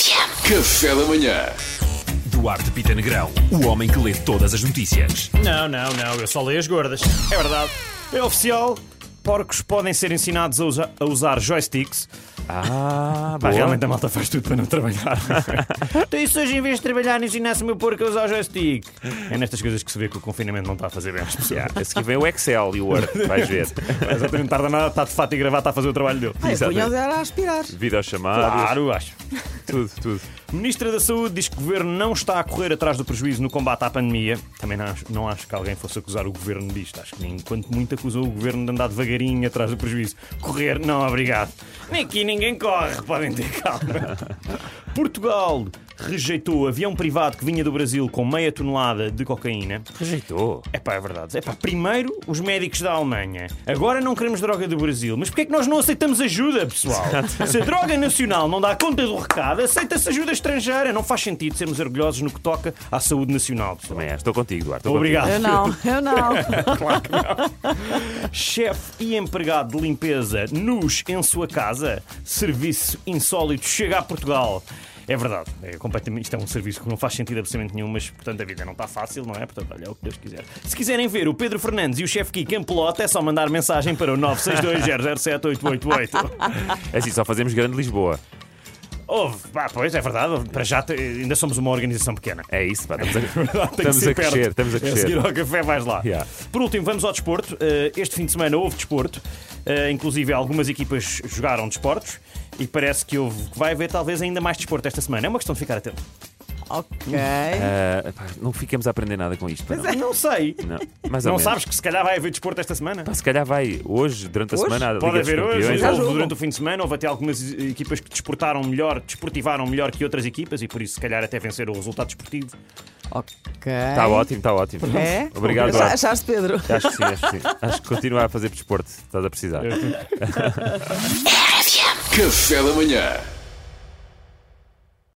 Café da manhã. Duarte Pita Negrão, o homem que lê todas as notícias. Não, não, não, eu só leio as gordas. É verdade. É oficial. Porcos podem ser ensinados a, usa- a usar joysticks. Ah, Pá, realmente a malta faz tudo para não trabalhar. então isso hoje, em vez de trabalhar, ensinasse o meu porco a usar o joystick. É nestas coisas que se vê que o confinamento não está a fazer bem às pessoas. A seguir vem o Excel e o Word, vais ver. Exatamente, não tarda nada, está de fato e gravata a fazer o trabalho dele. Exatamente. era a aspirar. Videochamadas, Claro, acho. tudo, tudo. Ministra da Saúde diz que o governo não está a correr atrás do prejuízo no combate à pandemia. Também não acho, não acho que alguém fosse acusar o governo disto. Acho que nem quanto muito acusou o governo de andar devagarinho atrás do prejuízo. Correr, não, obrigado. Nem aqui ninguém corre, podem ter calma. Portugal rejeitou o avião privado que vinha do Brasil com meia tonelada de cocaína. Rejeitou. É pá, é verdade. É pá, primeiro os médicos da Alemanha. Agora não queremos droga do Brasil. Mas porquê é que nós não aceitamos ajuda, pessoal? Se a droga nacional não dá conta do recado, aceita-se ajuda estrangeira. Não faz sentido sermos orgulhosos no que toca à saúde nacional, pessoal. Amanhã, é, estou contigo, Duarte. estou Obrigado. Eu não, eu não. Chefe e empregado de limpeza nus em sua casa. Serviço insólito chega a Portugal. É verdade, é completamente, isto é um serviço que não faz sentido absolutamente nenhum, mas portanto a vida não está fácil, não é? Portanto, olha é o que Deus quiser. Se quiserem ver o Pedro Fernandes e o chefe Kiko em pelota, é só mandar mensagem para o 962007888. contigo. Assim, só fazemos Grande Lisboa. Houve, pá, pois é verdade, houve. para já te- ainda somos uma organização pequena. É isso, pá. Estamos a, Tem que estamos ser a perto. crescer, estamos a A seguir crescer. ao café vais lá. Yeah. Por último, vamos ao desporto. Uh, este fim de semana houve desporto. Uh, inclusive, algumas equipas jogaram desportos. E parece que houve, que vai haver talvez ainda mais desporto esta semana. É uma questão de ficar atento. ok. Ah, pá, não ficamos a aprender nada com isto. pá, é, Não, Não sei. não. Mais ou é. Não menos. sabes que se calhar vai haver desporto esta semana? Pá, se calhar vai hoje, durante a Hoje? semana, a Liga Pode dos haver hoje, Campeões. Já houve jogam. durante o fim de semana, houve até algumas equipas que desportaram melhor, desportivaram melhor que outras equipas e por isso se calhar até venceram o resultado desportivo. Ok. Está Tá ótimo, está ótimo. É? Obrigado, Já, Duarte. achaste, Pedro? Acho que sim, acho que sim. Acho que continuar a fazer desporto. Estás a precisar. Café da manhã.